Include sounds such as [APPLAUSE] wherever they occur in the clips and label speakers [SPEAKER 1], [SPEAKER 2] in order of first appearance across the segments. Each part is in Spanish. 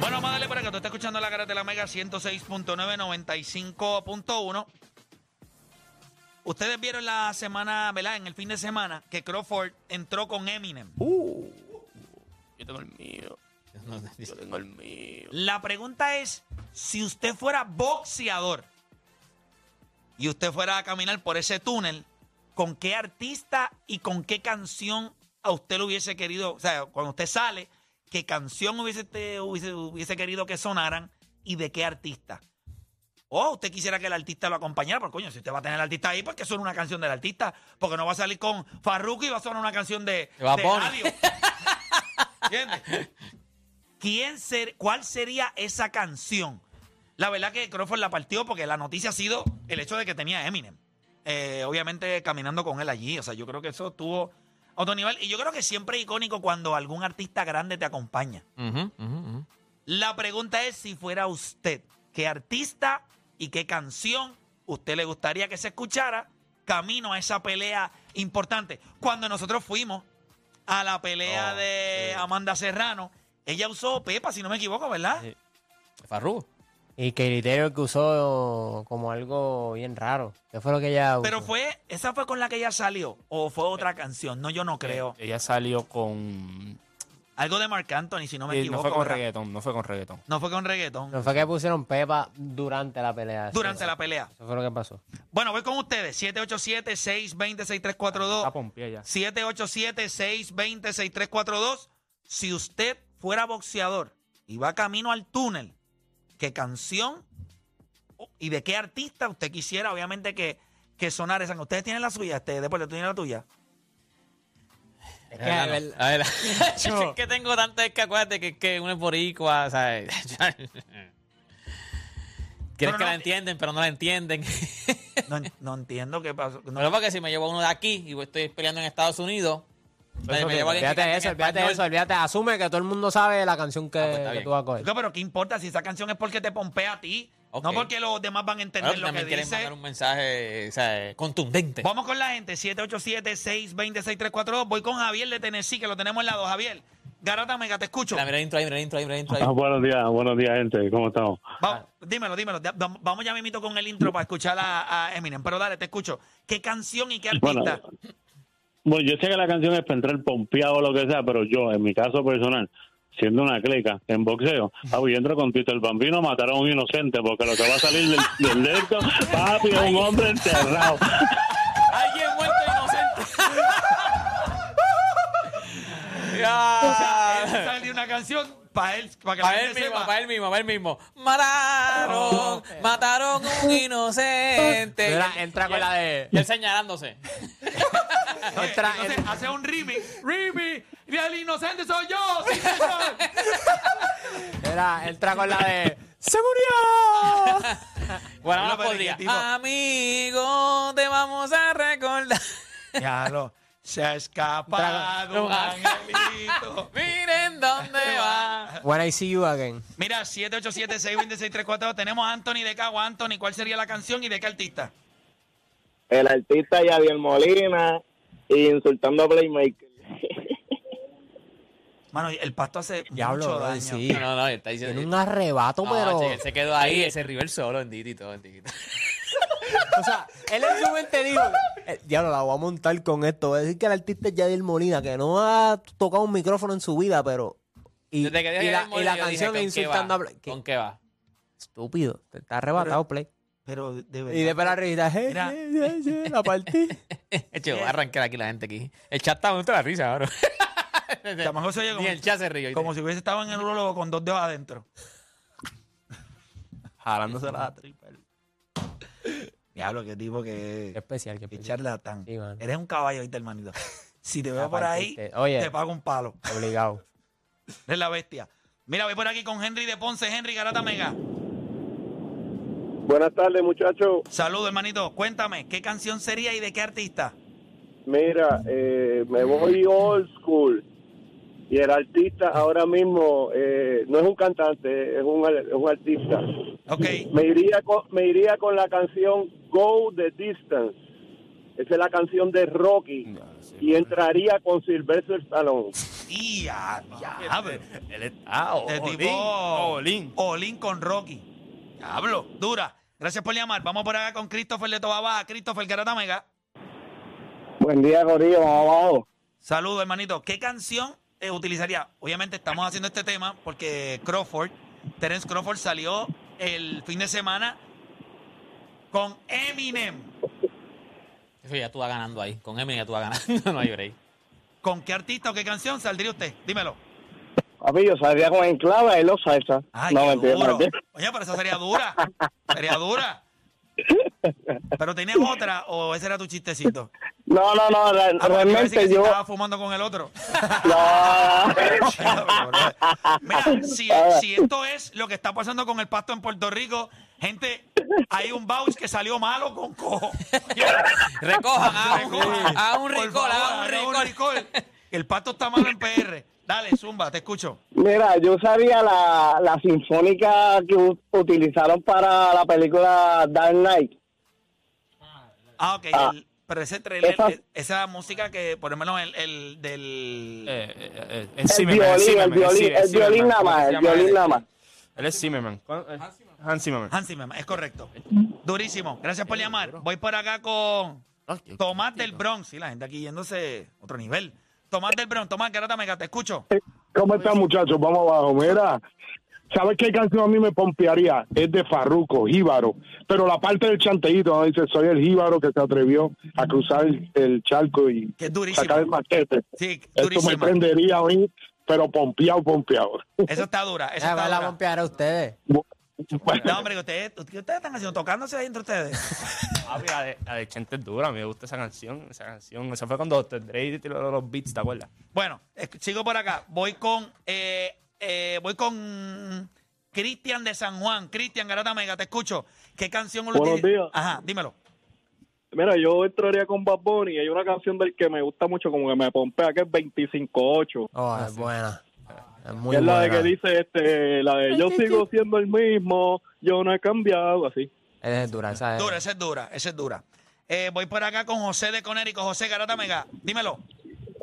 [SPEAKER 1] Bueno, vamos a darle para que tú estés escuchando la cara de la Mega 106.995.1. Ustedes vieron la semana, ¿verdad? En el fin de semana que Crawford entró con Eminem.
[SPEAKER 2] Yo tengo el mío. Yo tengo el mío.
[SPEAKER 1] La pregunta es, si usted fuera boxeador y usted fuera a caminar por ese túnel, ¿con qué artista y con qué canción a usted le hubiese querido, o sea, cuando usted sale, qué canción hubiese, te- hubiese, hubiese querido que sonaran y de qué artista? O usted quisiera que el artista lo acompañara, pero coño, si usted va a tener al artista ahí, pues que suene una canción del artista, porque no va a salir con Farruko y va a sonar una canción de,
[SPEAKER 2] De Bad
[SPEAKER 1] de
[SPEAKER 2] Bunny. [LAUGHS]
[SPEAKER 1] Eladio. ¿Entiendes? ¿Quién ser, ¿Cuál sería esa canción? La verdad que Crawford la partió porque la noticia ha sido el hecho de que tenía a Eminem. Eh, obviamente caminando con él allí. O sea, yo creo que eso tuvo a otro nivel. Y yo creo que siempre es icónico cuando algún artista grande te acompaña. La pregunta es si fuera usted, ¿qué artista y qué canción usted le gustaría que se escuchara camino a esa pelea importante? Cuando nosotros fuimos a la pelea
[SPEAKER 2] Oh,
[SPEAKER 1] de
[SPEAKER 2] sí.
[SPEAKER 1] Amanda Serrano, ella usó Pepa, si no me equivoco, ¿verdad?
[SPEAKER 2] Sí. Farru.
[SPEAKER 3] Y Katy Taylor que usó como algo bien raro. ¿Qué fue lo que ella usó?
[SPEAKER 1] Pero fue, esa fue con la que ella salió o fue otra canción, no yo no creo.
[SPEAKER 2] Ella salió con.
[SPEAKER 1] Algo de Marc Anthony, si no me
[SPEAKER 2] eh, no
[SPEAKER 1] equivoco.
[SPEAKER 2] fue con
[SPEAKER 1] ¿verdad?
[SPEAKER 2] reggaetón, no fue con reggaetón.
[SPEAKER 1] No fue con reggaetón.
[SPEAKER 3] No fue que pusieron Pepa durante la pelea. Eso-
[SPEAKER 1] Durante la pelea.
[SPEAKER 3] Eso fue lo que pasó.
[SPEAKER 1] Bueno, voy con ustedes. 787-620-6342.
[SPEAKER 2] Está Pompeya ya.
[SPEAKER 1] 787-620-6342. Si usted fuera boxeador y va camino al túnel, ¿qué canción o- y de qué artista usted quisiera, obviamente, que, que sonara esa? ¿Ustedes tienen la suya? Este, después, ¿tú tienes la tuya?
[SPEAKER 3] Es que, de
[SPEAKER 4] [LAUGHS]
[SPEAKER 3] verdad,
[SPEAKER 4] es que tengo tantas que acuérdate que, que uno es boricua, [LAUGHS] ¿sabes?
[SPEAKER 1] Pero
[SPEAKER 4] Quieren que
[SPEAKER 1] no-
[SPEAKER 4] la entienden, pero no la entienden.
[SPEAKER 1] No, en- no entiendo qué pasó. No,
[SPEAKER 4] No, porque si me llevo uno de aquí y estoy peleando en Estados Unidos,
[SPEAKER 3] eso
[SPEAKER 4] me
[SPEAKER 3] que-
[SPEAKER 4] llevo a alguien que
[SPEAKER 3] Olvídate
[SPEAKER 4] cante en
[SPEAKER 3] de eso, olvídate de
[SPEAKER 4] español.
[SPEAKER 3] eso, olvídate. Asume que todo el mundo sabe la canción que,
[SPEAKER 4] Ah, pues está
[SPEAKER 3] que
[SPEAKER 4] bien.
[SPEAKER 3] tú vas a coger.
[SPEAKER 1] Chico, pero ¿qué importa si esa canción es porque te pompea a ti?
[SPEAKER 4] Ok.
[SPEAKER 1] No porque los demás van a
[SPEAKER 4] Claro,
[SPEAKER 1] entender
[SPEAKER 4] tú
[SPEAKER 1] lo que
[SPEAKER 4] también quieren
[SPEAKER 1] dice.
[SPEAKER 4] mandar un mensaje ¿sabes? contundente.
[SPEAKER 1] Vamos con la gente, 787-620-6342. Voy con Javier de Tennessee, que lo tenemos en la 2. Javier, Garata Mega, te escucho.
[SPEAKER 4] Mira, mira el intro ahí, mira el intro ahí, mira el intro ahí.
[SPEAKER 5] Ah, buenos días, buenos días, gente. ¿Cómo estamos?
[SPEAKER 1] Va- dímelo, dímelo. Da- vam- Vamos ya mimito con el intro para escuchar a, a Eminem. Pero dale, te escucho. ¿Qué canción y qué
[SPEAKER 5] Bueno,
[SPEAKER 1] artista?
[SPEAKER 5] bueno, yo sé que la canción es para entrar pompeado o lo que sea, pero yo, en mi caso personal, siendo una clica en boxeo, papi, yo entro con Tito el Bambino a matar a un inocente, porque lo que va a salir del, del electo, papi, es un hombre enterrado.
[SPEAKER 4] ¡Alguien muerto e inocente! [LAUGHS] ya.
[SPEAKER 1] Él salió una canción para él, para que la
[SPEAKER 4] Para él
[SPEAKER 1] gente
[SPEAKER 4] mismo,
[SPEAKER 1] sepa.
[SPEAKER 4] para él mismo, para él mismo. Mataron, mataron [LAUGHS] un inocente.
[SPEAKER 3] Mira, entra con la de.
[SPEAKER 4] Y él señalándose.
[SPEAKER 1] Oye,
[SPEAKER 3] entra-
[SPEAKER 1] entonces, hace un remix. Remix, y el inocente soy yo. sí,
[SPEAKER 4] [LAUGHS]
[SPEAKER 1] señor.
[SPEAKER 3] Mira, entra con la de. ¡Se murió!
[SPEAKER 4] Bueno, no
[SPEAKER 1] Habla,
[SPEAKER 4] podría.
[SPEAKER 1] pero, ¿qué tipo?
[SPEAKER 4] Amigo, te vamos a recordar. [LAUGHS]
[SPEAKER 1] ya lo. Se ha escapado un
[SPEAKER 4] Traga- Ah.
[SPEAKER 1] angelito.
[SPEAKER 4] Miren dónde va.
[SPEAKER 3] When I see you again.
[SPEAKER 1] Mira, 787-626-342. Tenemos a Anthony de Cagua. Anthony, ¿cuál sería la canción y de qué artista?
[SPEAKER 6] el artista Javier Molina y insultando a Playmaker.
[SPEAKER 1] Mano, el pasto hace mucho
[SPEAKER 3] Diablo, bro,
[SPEAKER 1] daño.
[SPEAKER 3] sí.
[SPEAKER 4] No, no, no, está
[SPEAKER 3] Tiene
[SPEAKER 4] diciendo.
[SPEAKER 3] un arrebato,
[SPEAKER 4] No,
[SPEAKER 3] pero.
[SPEAKER 4] che, se quedó ahí, ese rival solo, bendito y todo, bendito.
[SPEAKER 3] O sea, él en su mente dijo, eh, diablo, la voy a montar con esto. Voy a decir que el artista es Yadiel Molina, que no ha tocado un micrófono en su vida, pero... Y,
[SPEAKER 4] Desde que
[SPEAKER 3] y
[SPEAKER 4] dije
[SPEAKER 3] la,
[SPEAKER 4] Guillermo,
[SPEAKER 3] y la
[SPEAKER 4] yo dije,
[SPEAKER 3] canción
[SPEAKER 4] ¿con qué
[SPEAKER 3] insultando a...
[SPEAKER 4] va?
[SPEAKER 3] Play- Qué
[SPEAKER 4] ¿Con qué [LAUGHS] va?
[SPEAKER 3] estúpido, te está arrebatado, Play.
[SPEAKER 1] Pero de verdad.
[SPEAKER 3] Y después la revista, "Je,
[SPEAKER 1] Mira.
[SPEAKER 3] je, je, je",
[SPEAKER 4] [LAUGHS]
[SPEAKER 3] la partí.
[SPEAKER 4] Eche, voy a arrancar aquí la gente aquí. El chat está muerto de la risa, [LAUGHS] bro.
[SPEAKER 1] Chamaco se oye
[SPEAKER 4] Ni
[SPEAKER 1] como-
[SPEAKER 4] el chat se rió.
[SPEAKER 1] Como si hubiese estado en el urologo con dos dedos adentro.
[SPEAKER 3] Jalándose la...
[SPEAKER 1] Diablo, qué tipo que.
[SPEAKER 3] Qué especial, qué
[SPEAKER 1] Qué
[SPEAKER 3] especial.
[SPEAKER 1] charlatán.
[SPEAKER 3] Sí, mano.
[SPEAKER 1] Eres un caballo, ¿viste, hermanito? Si te
[SPEAKER 3] La
[SPEAKER 1] veo por ahí,
[SPEAKER 3] partiste. Oye.
[SPEAKER 1] te pago un palo. [LAUGHS]
[SPEAKER 3] Obligado.
[SPEAKER 1] Eres la bestia. Mira, voy por aquí con Henry de Ponce, Henry Garata Mega.
[SPEAKER 6] Buenas tardes, muchachos.
[SPEAKER 1] Saludos, hermanito. Cuéntame, ¿qué canción sería y de qué artista?
[SPEAKER 6] Mira, eh, me voy old school. Y el artista ahora mismo eh, no es un cantante, es un, al- es un artista.
[SPEAKER 3] [LAUGHS]
[SPEAKER 1] Ok.
[SPEAKER 6] Me iría, con, me iría con la canción Go the Distance. Esa es la canción de Rocky. Y entraría con Sylvester Stallone.
[SPEAKER 1] Y ya, diablo.
[SPEAKER 2] Él es. Ah, o-
[SPEAKER 1] Este
[SPEAKER 2] Olin.
[SPEAKER 1] tipo.
[SPEAKER 2] Olin.
[SPEAKER 1] Olin con Rocky. Diablo. Dura. Gracias por llamar. Vamos por acá con Christopher de Tobabaja. Christopher Garata Mega.
[SPEAKER 6] Buen día, Gorillo. Vamos abajo.
[SPEAKER 1] Saludos, hermanito. ¿Qué canción eh, utilizaría? Obviamente estamos haciendo este tema porque Crawford, Terence Crawford salió el fin de semana con Eminem.
[SPEAKER 4] Eso ya tú vas ganando ahí. Con Eminem ya tú vas ganando. [LAUGHS] no hay break.
[SPEAKER 1] ¿Con qué artista o qué canción saldría usted? Dímelo.
[SPEAKER 6] Papi, yo saldría con Enclava y los salsa.
[SPEAKER 1] Ay,
[SPEAKER 6] no,
[SPEAKER 1] qué
[SPEAKER 6] mentira,
[SPEAKER 1] duro.
[SPEAKER 6] mentira.
[SPEAKER 1] Oye, pero esa sería dura. Sería
[SPEAKER 6] [LAUGHS]
[SPEAKER 1] dura. Pero tenías otra o ese era tu chistecito.
[SPEAKER 6] No, no, no, la-
[SPEAKER 1] Ah, porque iba a decir
[SPEAKER 6] realmente
[SPEAKER 1] que si
[SPEAKER 6] yo...
[SPEAKER 1] estaba fumando con el [LAUGHS] otro.
[SPEAKER 6] No.
[SPEAKER 1] Mira, si, si esto es lo que está pasando con el pasto en Puerto Rico, gente, hay un vouch que salió malo con cojo.
[SPEAKER 4] [LAUGHS] Recojan, hagan Ah, un,
[SPEAKER 1] Recojan. Por
[SPEAKER 4] hagan un recall,
[SPEAKER 1] favor,
[SPEAKER 4] hagan un
[SPEAKER 1] hagan
[SPEAKER 4] recall.
[SPEAKER 1] recall. El pasto está malo en PR. Dale, Zumba, te escucho.
[SPEAKER 6] Mira, yo sabía la, la sinfónica que u- utilizaron para la película Dark Knight.
[SPEAKER 1] Ah, ok.
[SPEAKER 6] Ah.
[SPEAKER 1] el- pero ese trailer,
[SPEAKER 6] Esa-
[SPEAKER 1] e- esa música que, por lo menos, el, el del...
[SPEAKER 2] Eh, eh, eh,
[SPEAKER 6] El violín, el violín, el violín nada más, el
[SPEAKER 1] este?
[SPEAKER 6] violín nada más.
[SPEAKER 2] Él es Zimmerman. ¿Cuál- eh? Hans [LAUGHS] Zimmerman.
[SPEAKER 1] Hans Zimmerman, es correcto. Durísimo. Gracias por llamar. Voy por acá con Tomás del Bronx. Sí, la gente aquí yéndose a otro nivel. Tomás del Bronx. Tomás, que mega, te escucho.
[SPEAKER 7] ¿Cómo están muchachos? Vamos abajo. Mira, ¿sabes qué canción a mí me pompearía? Es de Farruco, Jíbaro. Pero la parte del chanteíto, donde dice, soy el Jíbaro que se atrevió a cruzar el, el charco y
[SPEAKER 1] Que es durísimo.
[SPEAKER 7] sacar el machete.
[SPEAKER 1] Sí,
[SPEAKER 7] Esto me
[SPEAKER 1] durísima.
[SPEAKER 7] prendería a mí, pero pompeado, pompeado.
[SPEAKER 1] Eso está dura. Eso
[SPEAKER 3] Ya
[SPEAKER 1] está
[SPEAKER 3] van a
[SPEAKER 1] dura.
[SPEAKER 3] bombear a ustedes.
[SPEAKER 1] No, hombre, que ustedes, ¿qué ustedes están haciendo? ¿Tocándose ahí entre ustedes?
[SPEAKER 2] Papi, la de, la de pues, Chente es dura, me gusta esa canción. Esa canción, esa fue cuando Dr. Dre tiró los beats, ¿te acuerdas?
[SPEAKER 1] Bueno, eh, sigo por acá. Voy con... eh, eh, voy con... Cristian de San Juan. Cristian Garata Mega, te escucho. ¿Qué canción lo
[SPEAKER 6] Buenos
[SPEAKER 1] utiliza-
[SPEAKER 6] días.
[SPEAKER 1] Ajá, dímelo.
[SPEAKER 6] Mira, yo entraría con Bad Bunny y hay una canción del que me gusta mucho, como que me pompea, que es 25-8.
[SPEAKER 3] Oh,
[SPEAKER 4] Ah,
[SPEAKER 3] es buena. Es muy
[SPEAKER 6] es la
[SPEAKER 3] buena.
[SPEAKER 6] de que dice, este, la de yo sigo siendo el mismo, yo no he cambiado, así.
[SPEAKER 3] Esa es dura, esa es.
[SPEAKER 1] Dura, esa es dura, esa es dura. Eh, voy por acá con José de Conérico. José Garata Mega, dímelo.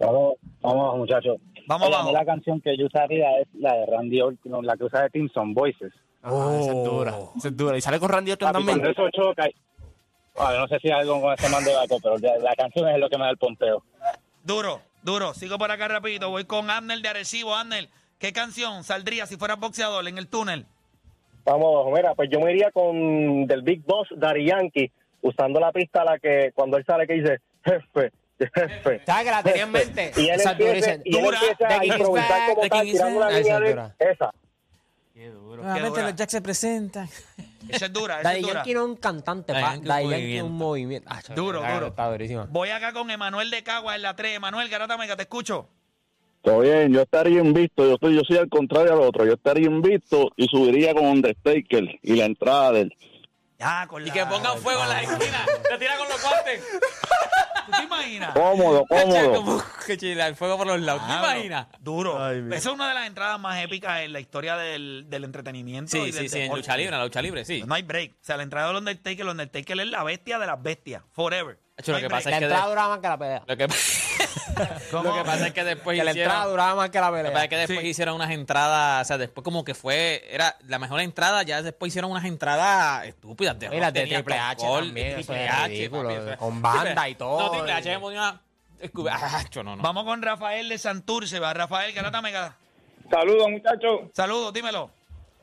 [SPEAKER 8] Vamos, vamos muchachos.
[SPEAKER 1] Vamos
[SPEAKER 8] Oye, a mí
[SPEAKER 1] abajo.
[SPEAKER 8] La canción que yo usaría es la de Randy Orton, la que usa de Timson Voices.
[SPEAKER 2] Ah, Esa es dura, esa es dura. Y sale con Randy Orton
[SPEAKER 8] Papi,
[SPEAKER 2] también.
[SPEAKER 8] cuando eso choca. y- Ah, no sé si hay algo con ese man de vato, pero la, la canción es lo que me da el pompeo.
[SPEAKER 1] Duro, duro. Sigo por acá rapidito. Voy con Amner de Arecibo. Amner, ¿qué canción saldría si fueras boxeador en el túnel?
[SPEAKER 6] Vamos, mira, pues yo me iría con del Big Boss, Dari Yankee, usando la pista la que cuando él sale que dice, jefe, jefe.
[SPEAKER 3] ¿Sabes que la [LAUGHS] tenía en mente?
[SPEAKER 6] Y él
[SPEAKER 3] Esa es
[SPEAKER 6] empieza,
[SPEAKER 3] durísima.
[SPEAKER 6] y él
[SPEAKER 1] Dura,
[SPEAKER 6] empieza
[SPEAKER 3] de
[SPEAKER 6] a
[SPEAKER 3] King
[SPEAKER 6] improvisar
[SPEAKER 3] Isaac,
[SPEAKER 6] como
[SPEAKER 3] de
[SPEAKER 6] tal,
[SPEAKER 3] King
[SPEAKER 6] tirando la
[SPEAKER 3] Isaac.
[SPEAKER 6] línea
[SPEAKER 3] Esa es
[SPEAKER 6] de...
[SPEAKER 3] dura.
[SPEAKER 6] Esa.
[SPEAKER 4] Nuevamente
[SPEAKER 1] dura.
[SPEAKER 4] los Jack se presentan.
[SPEAKER 1] Esa es
[SPEAKER 3] [LAUGHS]
[SPEAKER 1] dura, esa
[SPEAKER 3] Daddy
[SPEAKER 1] es dura.
[SPEAKER 3] Yankee no es un cantante,
[SPEAKER 4] Daddy
[SPEAKER 3] pa.
[SPEAKER 4] Yankee es un
[SPEAKER 3] Daddy Yankee es un
[SPEAKER 4] movimiento.
[SPEAKER 3] movimiento. Ah,
[SPEAKER 1] Duro,
[SPEAKER 3] chaval,
[SPEAKER 1] duro.
[SPEAKER 3] Está durísima.
[SPEAKER 1] Voy acá con Emanuel de Caguas en la 3. Emanuel Garata Mega, te escucho.
[SPEAKER 5] Todo bien, yo estaría invisto, yo soy, yo soy al contrario al otro, yo estaría invisto y subiría con Undertaker y la entrada del...
[SPEAKER 1] Ya, con la...
[SPEAKER 4] Y que pongan fuego en la esquina. Te tiran con los guantes.
[SPEAKER 1] ¿Tú te imaginas?
[SPEAKER 4] [LAUGHS]
[SPEAKER 5] Cómodo, cómodo.
[SPEAKER 4] Como que chila el fuego por los lados. ¿Te
[SPEAKER 1] Diablo,
[SPEAKER 4] imaginas?
[SPEAKER 1] Duro.
[SPEAKER 2] Ay, mira.
[SPEAKER 1] Esa es una de las entradas más épicas en la historia del, del entretenimiento. y
[SPEAKER 4] Sí,
[SPEAKER 1] del
[SPEAKER 4] sí, sí, en
[SPEAKER 1] deporte.
[SPEAKER 4] lucha libre, en la lucha libre, sí.
[SPEAKER 1] No hay break. O sea, la entrada del Undertaker, el Undertaker es la bestia de las bestias. Forever. No
[SPEAKER 4] Hacho, lo
[SPEAKER 1] hay
[SPEAKER 4] que
[SPEAKER 1] break.
[SPEAKER 4] pasa
[SPEAKER 3] La
[SPEAKER 4] es que...
[SPEAKER 3] entrada
[SPEAKER 4] de-
[SPEAKER 3] duraba más que la pelea.
[SPEAKER 4] Lo que, [LAUGHS] lo que pasa es que después
[SPEAKER 3] Que la
[SPEAKER 4] Pues hicieron-
[SPEAKER 3] entrada duraba más que la
[SPEAKER 4] Lo que pasa
[SPEAKER 3] pelea.
[SPEAKER 4] es que después hicieron unas entradas, o sea, después como que fue, era la mejor entrada, ya después hicieron unas entradas estúpidas. De
[SPEAKER 3] Y las
[SPEAKER 4] rock,
[SPEAKER 3] de
[SPEAKER 4] tenía
[SPEAKER 3] Triple H
[SPEAKER 4] Gol,
[SPEAKER 3] también,
[SPEAKER 4] de
[SPEAKER 3] eso
[SPEAKER 4] Triple
[SPEAKER 3] era
[SPEAKER 4] H,
[SPEAKER 3] ridículo,
[SPEAKER 4] papi, eso era-
[SPEAKER 3] con
[SPEAKER 4] [LAUGHS]
[SPEAKER 3] banda
[SPEAKER 4] Triple-
[SPEAKER 3] y todo,
[SPEAKER 4] No, Triple
[SPEAKER 3] y-
[SPEAKER 4] H me ponía una... escupe- Acho, no, no.
[SPEAKER 1] Vamos con Rafael de Santurce. Va Rafael Garata Mega.
[SPEAKER 6] Saludos, muchachos.
[SPEAKER 1] Saludos, dímelo.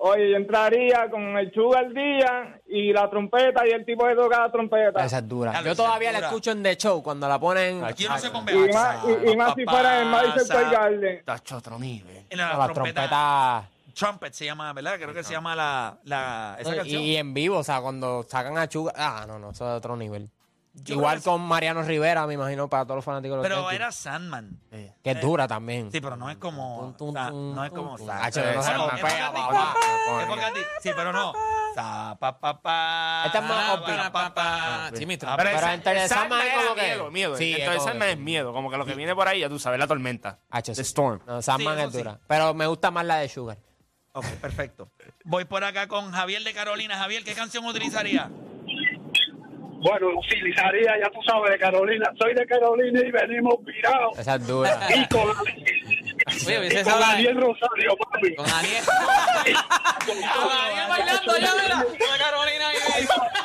[SPEAKER 6] Oye, yo entraría con el Sugar Día y la trompeta y el tipo que toca la trompeta.
[SPEAKER 3] Esa es
[SPEAKER 1] Ya
[SPEAKER 3] dura.
[SPEAKER 1] lo
[SPEAKER 3] Yo
[SPEAKER 1] hice,
[SPEAKER 3] todavía la
[SPEAKER 1] dura.
[SPEAKER 3] escucho en The Show cuando la ponen.
[SPEAKER 1] Aquí no se
[SPEAKER 3] Ah,
[SPEAKER 1] bombea.
[SPEAKER 6] Y más, y, y más si fuera en el Madison Square Garden.
[SPEAKER 2] Tacho, otro nivel.
[SPEAKER 1] En la,
[SPEAKER 3] La
[SPEAKER 1] trompeta.
[SPEAKER 3] trompeta.
[SPEAKER 1] Trumpet se llama, ¿verdad? Creo que se llama la, la- esa
[SPEAKER 3] No, y,
[SPEAKER 1] canción.
[SPEAKER 3] y en vivo, o sea, cuando sacan a Chuga. Ah, no, no, eso es de otro nivel.
[SPEAKER 1] Yo
[SPEAKER 3] Igual
[SPEAKER 1] creo que
[SPEAKER 3] con Mariano Rivera, me imagino, para todos los fanáticos de los
[SPEAKER 1] Pero
[SPEAKER 3] Yankees,
[SPEAKER 1] era Sandman.
[SPEAKER 3] Que es dura también.
[SPEAKER 1] Sí, pero no es como.
[SPEAKER 3] Tum, tum,
[SPEAKER 1] sa-
[SPEAKER 3] tum,
[SPEAKER 1] no es
[SPEAKER 3] tum,
[SPEAKER 1] como.
[SPEAKER 3] tum.
[SPEAKER 1] sa-
[SPEAKER 3] Ah, che, no se
[SPEAKER 1] Bueno,
[SPEAKER 3] me
[SPEAKER 1] es
[SPEAKER 3] pega,
[SPEAKER 1] porque-
[SPEAKER 3] papá.
[SPEAKER 1] es porque a ti- Sí, pero no. Sa, pa, pa, pa,
[SPEAKER 3] Esta es más
[SPEAKER 1] pa,
[SPEAKER 3] ópera,
[SPEAKER 1] pa,
[SPEAKER 4] pa,
[SPEAKER 1] pa.
[SPEAKER 4] pa. Sí, mi
[SPEAKER 1] Ah,
[SPEAKER 4] Trump.
[SPEAKER 3] pero
[SPEAKER 2] esa-
[SPEAKER 3] entre
[SPEAKER 2] el
[SPEAKER 3] Sandman
[SPEAKER 2] Sandman
[SPEAKER 3] es
[SPEAKER 2] era
[SPEAKER 3] como que-
[SPEAKER 2] miedo, miedo.
[SPEAKER 3] Sí, es
[SPEAKER 2] Entonces
[SPEAKER 3] como
[SPEAKER 2] Sandman
[SPEAKER 3] que-
[SPEAKER 2] es miedo, como que lo que viene por ahí, ya tú sabes, la tormenta.
[SPEAKER 3] Ah, che,
[SPEAKER 2] The
[SPEAKER 3] sí.
[SPEAKER 2] Storm.
[SPEAKER 3] No, Sandman
[SPEAKER 1] Sí, eso
[SPEAKER 3] es dura.
[SPEAKER 1] sí.
[SPEAKER 3] Pero me gusta más la de Sugar.
[SPEAKER 1] Ok, perfecto. Voy por acá con Javier de Carolina. Javier, ¿qué canción utilizaría?
[SPEAKER 7] Bueno, utilizaría, ya tú sabes, de Carolina. Soy de Carolina y venimos virados.
[SPEAKER 3] Esa es
[SPEAKER 1] [LAUGHS]
[SPEAKER 3] dura.
[SPEAKER 7] Y con,
[SPEAKER 4] Oye, hubiese
[SPEAKER 7] y
[SPEAKER 4] esa
[SPEAKER 7] con
[SPEAKER 4] la-
[SPEAKER 7] Daniel Rosario, papi.
[SPEAKER 4] Con Daniel. [LAUGHS] Con Daniel bailando, ya mira. Con Carolina y-
[SPEAKER 3] [LAUGHS]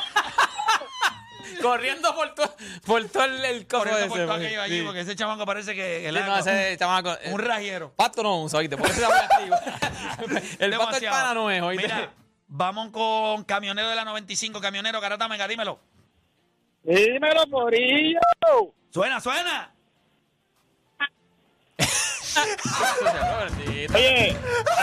[SPEAKER 4] Corriendo por todo por todo el, el cojo
[SPEAKER 1] Por eso
[SPEAKER 4] ese.
[SPEAKER 1] por todo
[SPEAKER 4] porque-
[SPEAKER 1] aquello allí,
[SPEAKER 4] sí.
[SPEAKER 1] porque ese chamaco parece que. el
[SPEAKER 4] Sí, no,
[SPEAKER 1] algo-
[SPEAKER 4] ese chamaco- eh,
[SPEAKER 1] Un rajero.
[SPEAKER 4] Pato no usa, oíste, por eso está muy activo. El pato es
[SPEAKER 1] Demasiado.
[SPEAKER 4] pana no es, oíste.
[SPEAKER 1] Mira, vamos con Camionero de la 95. Camionero, Garata Mega, dímelo.
[SPEAKER 8] Dímelo, Corillo.
[SPEAKER 1] Suena, suena. ¿Qué
[SPEAKER 8] Oye,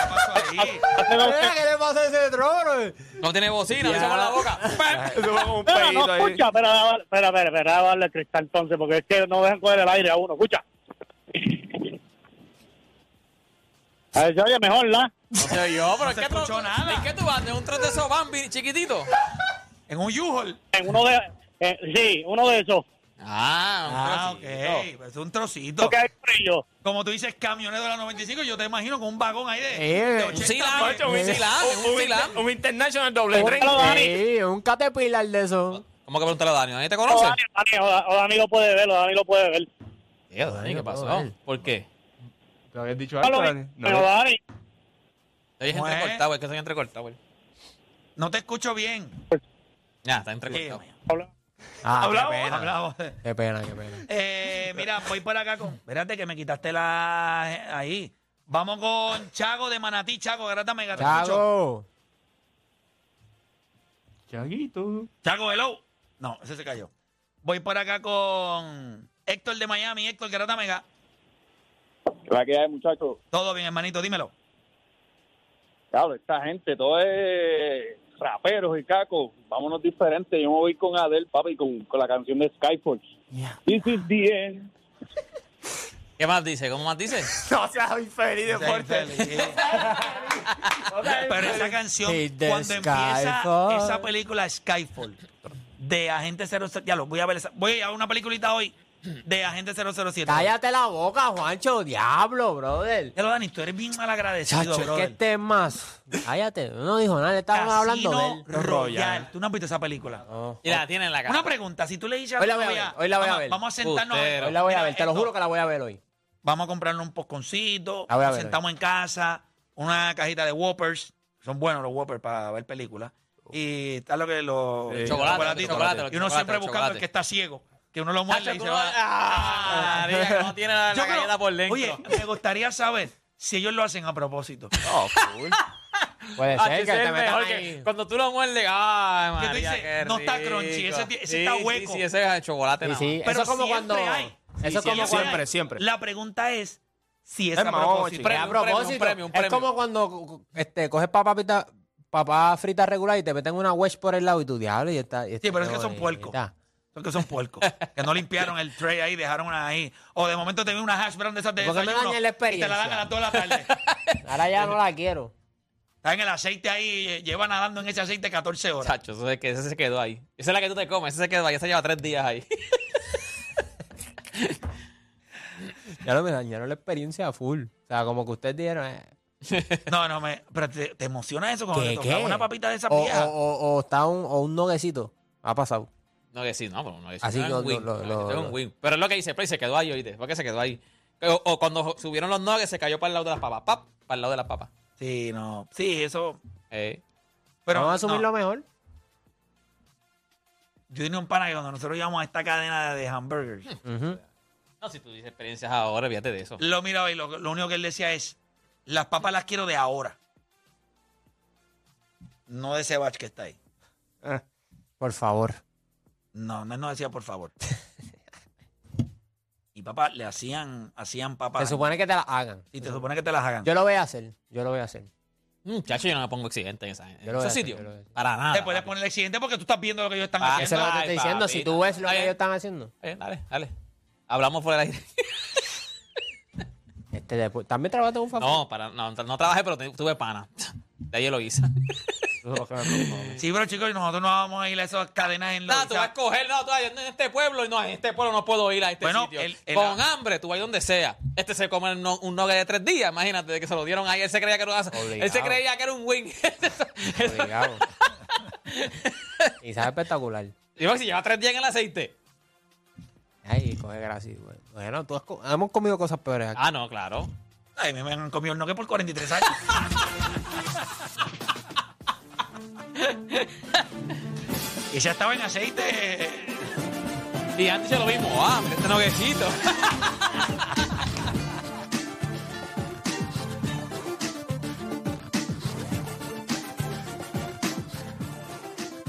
[SPEAKER 1] pasó ahí?
[SPEAKER 8] hace dos
[SPEAKER 3] [LAUGHS] Mira, ¿Qué le pasa a ese trono?
[SPEAKER 4] No tiene bocina, lo hizo con la boca.
[SPEAKER 1] [LAUGHS]
[SPEAKER 2] Eso fue como un
[SPEAKER 8] Espera,
[SPEAKER 2] pedito
[SPEAKER 8] no
[SPEAKER 2] ahí.
[SPEAKER 8] escucha, espera, espera, espera, espera, darle el cristal entonces, porque es que no dejan coger el aire a uno, escucha. A ver, se oye mejor, ¿la?
[SPEAKER 4] No se oyó, pero
[SPEAKER 1] se
[SPEAKER 4] es que
[SPEAKER 1] escuchó
[SPEAKER 4] tú,
[SPEAKER 1] nada.
[SPEAKER 4] Es que tú vas de un tren de esos Bambi chiquitito.
[SPEAKER 1] En un U-Haul.
[SPEAKER 8] En uno de, eh, sí, uno de esos,
[SPEAKER 4] Ah,
[SPEAKER 1] Ah,
[SPEAKER 4] un
[SPEAKER 1] ok.
[SPEAKER 4] trocito.
[SPEAKER 1] Es un trocito.
[SPEAKER 8] porque hay brillo.
[SPEAKER 1] Como tú dices, camionero de la 95, yo te imagino con un vagón ahí de.
[SPEAKER 3] Eh,
[SPEAKER 1] de pues,
[SPEAKER 4] Un
[SPEAKER 3] un
[SPEAKER 1] 80
[SPEAKER 4] silame,
[SPEAKER 1] pesos.
[SPEAKER 2] Ocho,
[SPEAKER 4] un
[SPEAKER 2] un-
[SPEAKER 4] silame,
[SPEAKER 2] un-
[SPEAKER 4] un silame.
[SPEAKER 2] Un International Doble Drink.
[SPEAKER 8] Búscalo, Dani.
[SPEAKER 3] Sí, un caterpillar de eso.
[SPEAKER 4] ¿Cómo que preguntarle a Dani? ¿Dani te
[SPEAKER 8] O
[SPEAKER 4] conoce?
[SPEAKER 8] Dani, Dani, o- o Dani lo puede ver, o Dani lo puede ver.
[SPEAKER 4] Tío, Dani, ¿qué pasó? ¿Por qué?
[SPEAKER 2] ¿Lo habías dicho
[SPEAKER 8] No
[SPEAKER 2] antes,
[SPEAKER 8] lo vi,
[SPEAKER 2] Dani? No.
[SPEAKER 8] pero Dani,
[SPEAKER 4] Te dije
[SPEAKER 1] ¿Cómo es?
[SPEAKER 4] entrecortado, güey, que soy entrecortado, güey.
[SPEAKER 1] No te escucho bien.
[SPEAKER 4] Ya, está entrecortado.
[SPEAKER 1] Eh,
[SPEAKER 8] habla-
[SPEAKER 3] Ah,
[SPEAKER 1] Hablamos,
[SPEAKER 3] qué pena.
[SPEAKER 1] hablamos.
[SPEAKER 3] Qué pena, qué pena.
[SPEAKER 1] Eh, mira, voy por acá con. Espérate que me quitaste la. Ahí. Vamos con Chago de Manatí. Chago, Garata Mega. te escucho.
[SPEAKER 3] Chago.
[SPEAKER 2] Chaguito.
[SPEAKER 1] Chago, hello. No, ese se cayó. Voy por acá con Héctor de Miami. Héctor, Garata Mega.
[SPEAKER 8] La que hay, muchachos.
[SPEAKER 1] Todo bien, hermanito, dímelo.
[SPEAKER 8] Claro, esta gente, todo es raperos y cacos. Vámonos diferente. Yo me voy con Adel, papi, con, con la canción de Skyforce. This is the end.
[SPEAKER 4] ¿Qué más dice? ¿Cómo más dice?
[SPEAKER 2] [LAUGHS] No seas infeliz, deporte.
[SPEAKER 1] Pero esa canción,
[SPEAKER 3] Hit the
[SPEAKER 1] cuando empieza
[SPEAKER 3] Skyfall.
[SPEAKER 1] esa película Skyfall de Agente 007, ya lo voy a ver, esa- voy a una peliculita hoy de Agente 007.
[SPEAKER 3] Cállate la boca, Juancho. Diablo, brother.
[SPEAKER 1] Ya lo, Dani, tú eres bien mal agradecido,
[SPEAKER 3] Chacho, es que este es más. Cállate. No dijo nada. le Estaban hablando de él.
[SPEAKER 1] Royal. Tú no has visto esa película.
[SPEAKER 3] No.
[SPEAKER 4] Y la tiene en la
[SPEAKER 1] Oh. Una
[SPEAKER 4] cara.
[SPEAKER 1] pregunta, si tú le dices
[SPEAKER 3] Hoy la voy a
[SPEAKER 1] tu novia,
[SPEAKER 3] ver, hoy la voy a
[SPEAKER 1] "Mamá,
[SPEAKER 3] ver.
[SPEAKER 1] Vamos a sentarnos
[SPEAKER 4] Ustero.
[SPEAKER 3] Hoy la voy a
[SPEAKER 1] Mira,
[SPEAKER 3] ver. Te lo
[SPEAKER 1] esto,
[SPEAKER 3] juro que la voy a ver hoy.
[SPEAKER 1] Vamos a comprarle un posconcito,
[SPEAKER 3] La voy a
[SPEAKER 1] nos
[SPEAKER 3] ver.
[SPEAKER 1] sentamos en casa, una cajita de Whoppers, son buenos los Whoppers para ver películas. Y está lo que los
[SPEAKER 2] Sí.
[SPEAKER 4] Chocolate,
[SPEAKER 1] chocolatitos.
[SPEAKER 4] chocolate,
[SPEAKER 1] y uno
[SPEAKER 4] chocolate,
[SPEAKER 1] siempre buscando
[SPEAKER 4] chocolate.
[SPEAKER 1] el que está ciego, que uno lo
[SPEAKER 4] Hacho,
[SPEAKER 1] muerde y
[SPEAKER 4] tú
[SPEAKER 1] se
[SPEAKER 4] no-
[SPEAKER 1] va.
[SPEAKER 4] Ah, diga que no tiene la,
[SPEAKER 1] Yo
[SPEAKER 4] la
[SPEAKER 1] creo-
[SPEAKER 4] galleta por dentro.
[SPEAKER 1] Oye, me gustaría saber si ellos lo hacen a propósito.
[SPEAKER 3] Puede
[SPEAKER 4] Ah,
[SPEAKER 3] ser
[SPEAKER 4] ese
[SPEAKER 3] que
[SPEAKER 4] es
[SPEAKER 3] te
[SPEAKER 4] el
[SPEAKER 3] metan
[SPEAKER 4] mejor,
[SPEAKER 3] ahí.
[SPEAKER 4] que cuando tú lo muerdes, ay,
[SPEAKER 1] Que tú
[SPEAKER 4] María,
[SPEAKER 1] dices,
[SPEAKER 4] qué
[SPEAKER 1] no está
[SPEAKER 4] rico.
[SPEAKER 1] crunchy, ese ti- ese
[SPEAKER 4] Sí,
[SPEAKER 1] está
[SPEAKER 4] sí,
[SPEAKER 1] hueco.
[SPEAKER 4] Sí, ese es el chocolate
[SPEAKER 3] Sí,
[SPEAKER 4] nada
[SPEAKER 3] sí.
[SPEAKER 4] más.
[SPEAKER 1] Pero
[SPEAKER 3] Eso es como
[SPEAKER 1] siempre
[SPEAKER 3] cuando.
[SPEAKER 1] hay.
[SPEAKER 3] Eso es
[SPEAKER 2] Sí,
[SPEAKER 3] como
[SPEAKER 2] siempre,
[SPEAKER 3] cuando.
[SPEAKER 2] siempre, siempre.
[SPEAKER 1] La pregunta es si es,
[SPEAKER 2] Es
[SPEAKER 1] a
[SPEAKER 2] más,
[SPEAKER 1] propósito.
[SPEAKER 4] oye,
[SPEAKER 3] a
[SPEAKER 4] un premio, un
[SPEAKER 3] propósito,
[SPEAKER 4] premio, un
[SPEAKER 3] es
[SPEAKER 4] premio.
[SPEAKER 3] como cuando este, coges papá pita, papá frita regular y te meten una wedge por el lado y tu diablo y está. y está
[SPEAKER 1] Sí, pero es que son
[SPEAKER 3] bonita.
[SPEAKER 1] puercos. Son que son puercos. que no limpiaron el tray ahí, dejaron una ahí. O de momento te vi una hash brown de esas de
[SPEAKER 3] Porque me
[SPEAKER 1] desayuno
[SPEAKER 3] dañan la
[SPEAKER 1] Y te la dan a
[SPEAKER 3] experiencia.
[SPEAKER 1] las 2 de la tarde.
[SPEAKER 3] [LAUGHS] Ahora ya no la quiero.
[SPEAKER 1] Está en el aceite ahí, eh, lleva nadando en ese aceite 14 horas.
[SPEAKER 4] Chacho, eso es que ese se quedó ahí. Esa es la que tú te comes, ese se quedó ahí, esa lleva tres días ahí. [LAUGHS]
[SPEAKER 3] Ya no me dañaron la experiencia a full. O sea, como que ustedes dijeron. eh,
[SPEAKER 1] No, no, me, pero te, te emociona eso cuando
[SPEAKER 3] ¿qué,
[SPEAKER 1] te toca
[SPEAKER 3] qué? Oh,
[SPEAKER 1] una papita de esas
[SPEAKER 3] o,
[SPEAKER 1] viejas.
[SPEAKER 3] o, o, o está un, o un noguecito. Ha pasado.
[SPEAKER 4] No que sí, no, pero no que sí.
[SPEAKER 3] Así
[SPEAKER 4] no, es
[SPEAKER 3] lo-
[SPEAKER 4] un win.
[SPEAKER 3] lo-
[SPEAKER 4] no,
[SPEAKER 3] lo-
[SPEAKER 4] es
[SPEAKER 3] lo-
[SPEAKER 4] un win. Pero es lo que dice Play, se quedó ahí, oíste. ¿Por qué se quedó ahí? O, o cuando jo- subieron los nuggets, se cayó para el lado de las papas. Pap, para el lado de las papas.
[SPEAKER 1] Sí, no. Sí, eso.
[SPEAKER 4] Eh.
[SPEAKER 1] Pero
[SPEAKER 3] Vamos a
[SPEAKER 1] no.
[SPEAKER 3] asumir lo mejor.
[SPEAKER 1] Yo tenía un pana que cuando nosotros íbamos a esta cadena de hamburgers,
[SPEAKER 3] Ujú.
[SPEAKER 4] No, si tú dices experiencias ahora, fíjate de
[SPEAKER 3] pues.
[SPEAKER 4] eso.
[SPEAKER 1] lo miraba y lo, lo único que él decía es: las papas las quiero de ahora. No de ese batch que está ahí.
[SPEAKER 2] Ah,
[SPEAKER 3] Por favor.
[SPEAKER 1] No, no nos decía por [LAUGHS] favor. y papá, le hacían, hacían papas.
[SPEAKER 3] Se supone que te la hagan.
[SPEAKER 1] Y te supone que te las hagan.
[SPEAKER 3] Yo lo voy a hacer. Yo lo voy a hacer.
[SPEAKER 4] Muchacho, yo no me pongo exigente en, esa, en
[SPEAKER 2] Yo lo
[SPEAKER 4] ese
[SPEAKER 2] voy a
[SPEAKER 4] sitio.
[SPEAKER 2] hacer, yo lo voy a hacer.
[SPEAKER 4] Para nada.
[SPEAKER 1] Te puedes
[SPEAKER 4] papi.
[SPEAKER 1] poner el accidente porque tú estás viendo lo que ellos están
[SPEAKER 4] Ah,
[SPEAKER 3] Eso
[SPEAKER 1] haciendo.
[SPEAKER 3] es lo que te estoy
[SPEAKER 4] Ay,
[SPEAKER 3] diciendo.
[SPEAKER 4] papi,
[SPEAKER 3] Si tú ves lo
[SPEAKER 4] está
[SPEAKER 3] que
[SPEAKER 4] bien.
[SPEAKER 3] ellos están haciendo.
[SPEAKER 4] Eh, dale, dale. Hablamos por el aire. [LAUGHS]
[SPEAKER 3] Este, depo- También trabajaste en un favor.
[SPEAKER 4] No, para, no, no trabajé, pero tu- tuve pana. [LAUGHS] De ahí lo hice. [LAUGHS]
[SPEAKER 2] Eso es lo que me preocupa.
[SPEAKER 1] Sí, pero chicos, nosotros no vamos a ir a esas cadenas en
[SPEAKER 4] No, tú vas a
[SPEAKER 1] la.
[SPEAKER 4] escoger, no, tú vas en este pueblo, y no, en este pueblo no puedo ir a este
[SPEAKER 1] Bueno,
[SPEAKER 4] sitio.
[SPEAKER 1] el- el-
[SPEAKER 4] Con hambre, tú vas donde sea. Este se come un, no- un nugget de tres días, imagínate, de que se lo dieron ahí, él se creía que era un, él se
[SPEAKER 3] Obligado.
[SPEAKER 4] creía que era un wing. [LAUGHS]
[SPEAKER 3] Obligado. y sabe espectacular.
[SPEAKER 4] Digo, si lleva tres días en el aceite.
[SPEAKER 3] Ay, coge gracia. güey. Bueno, tú has co- hemos comido cosas peores aquí.
[SPEAKER 4] Ah, no, claro.
[SPEAKER 1] Ay, me me han comido el noque por 43 años. [LAUGHS] y ya estaba en aceite. eh,
[SPEAKER 4] Y antes yo lo mismo, ah, mira este noguecito.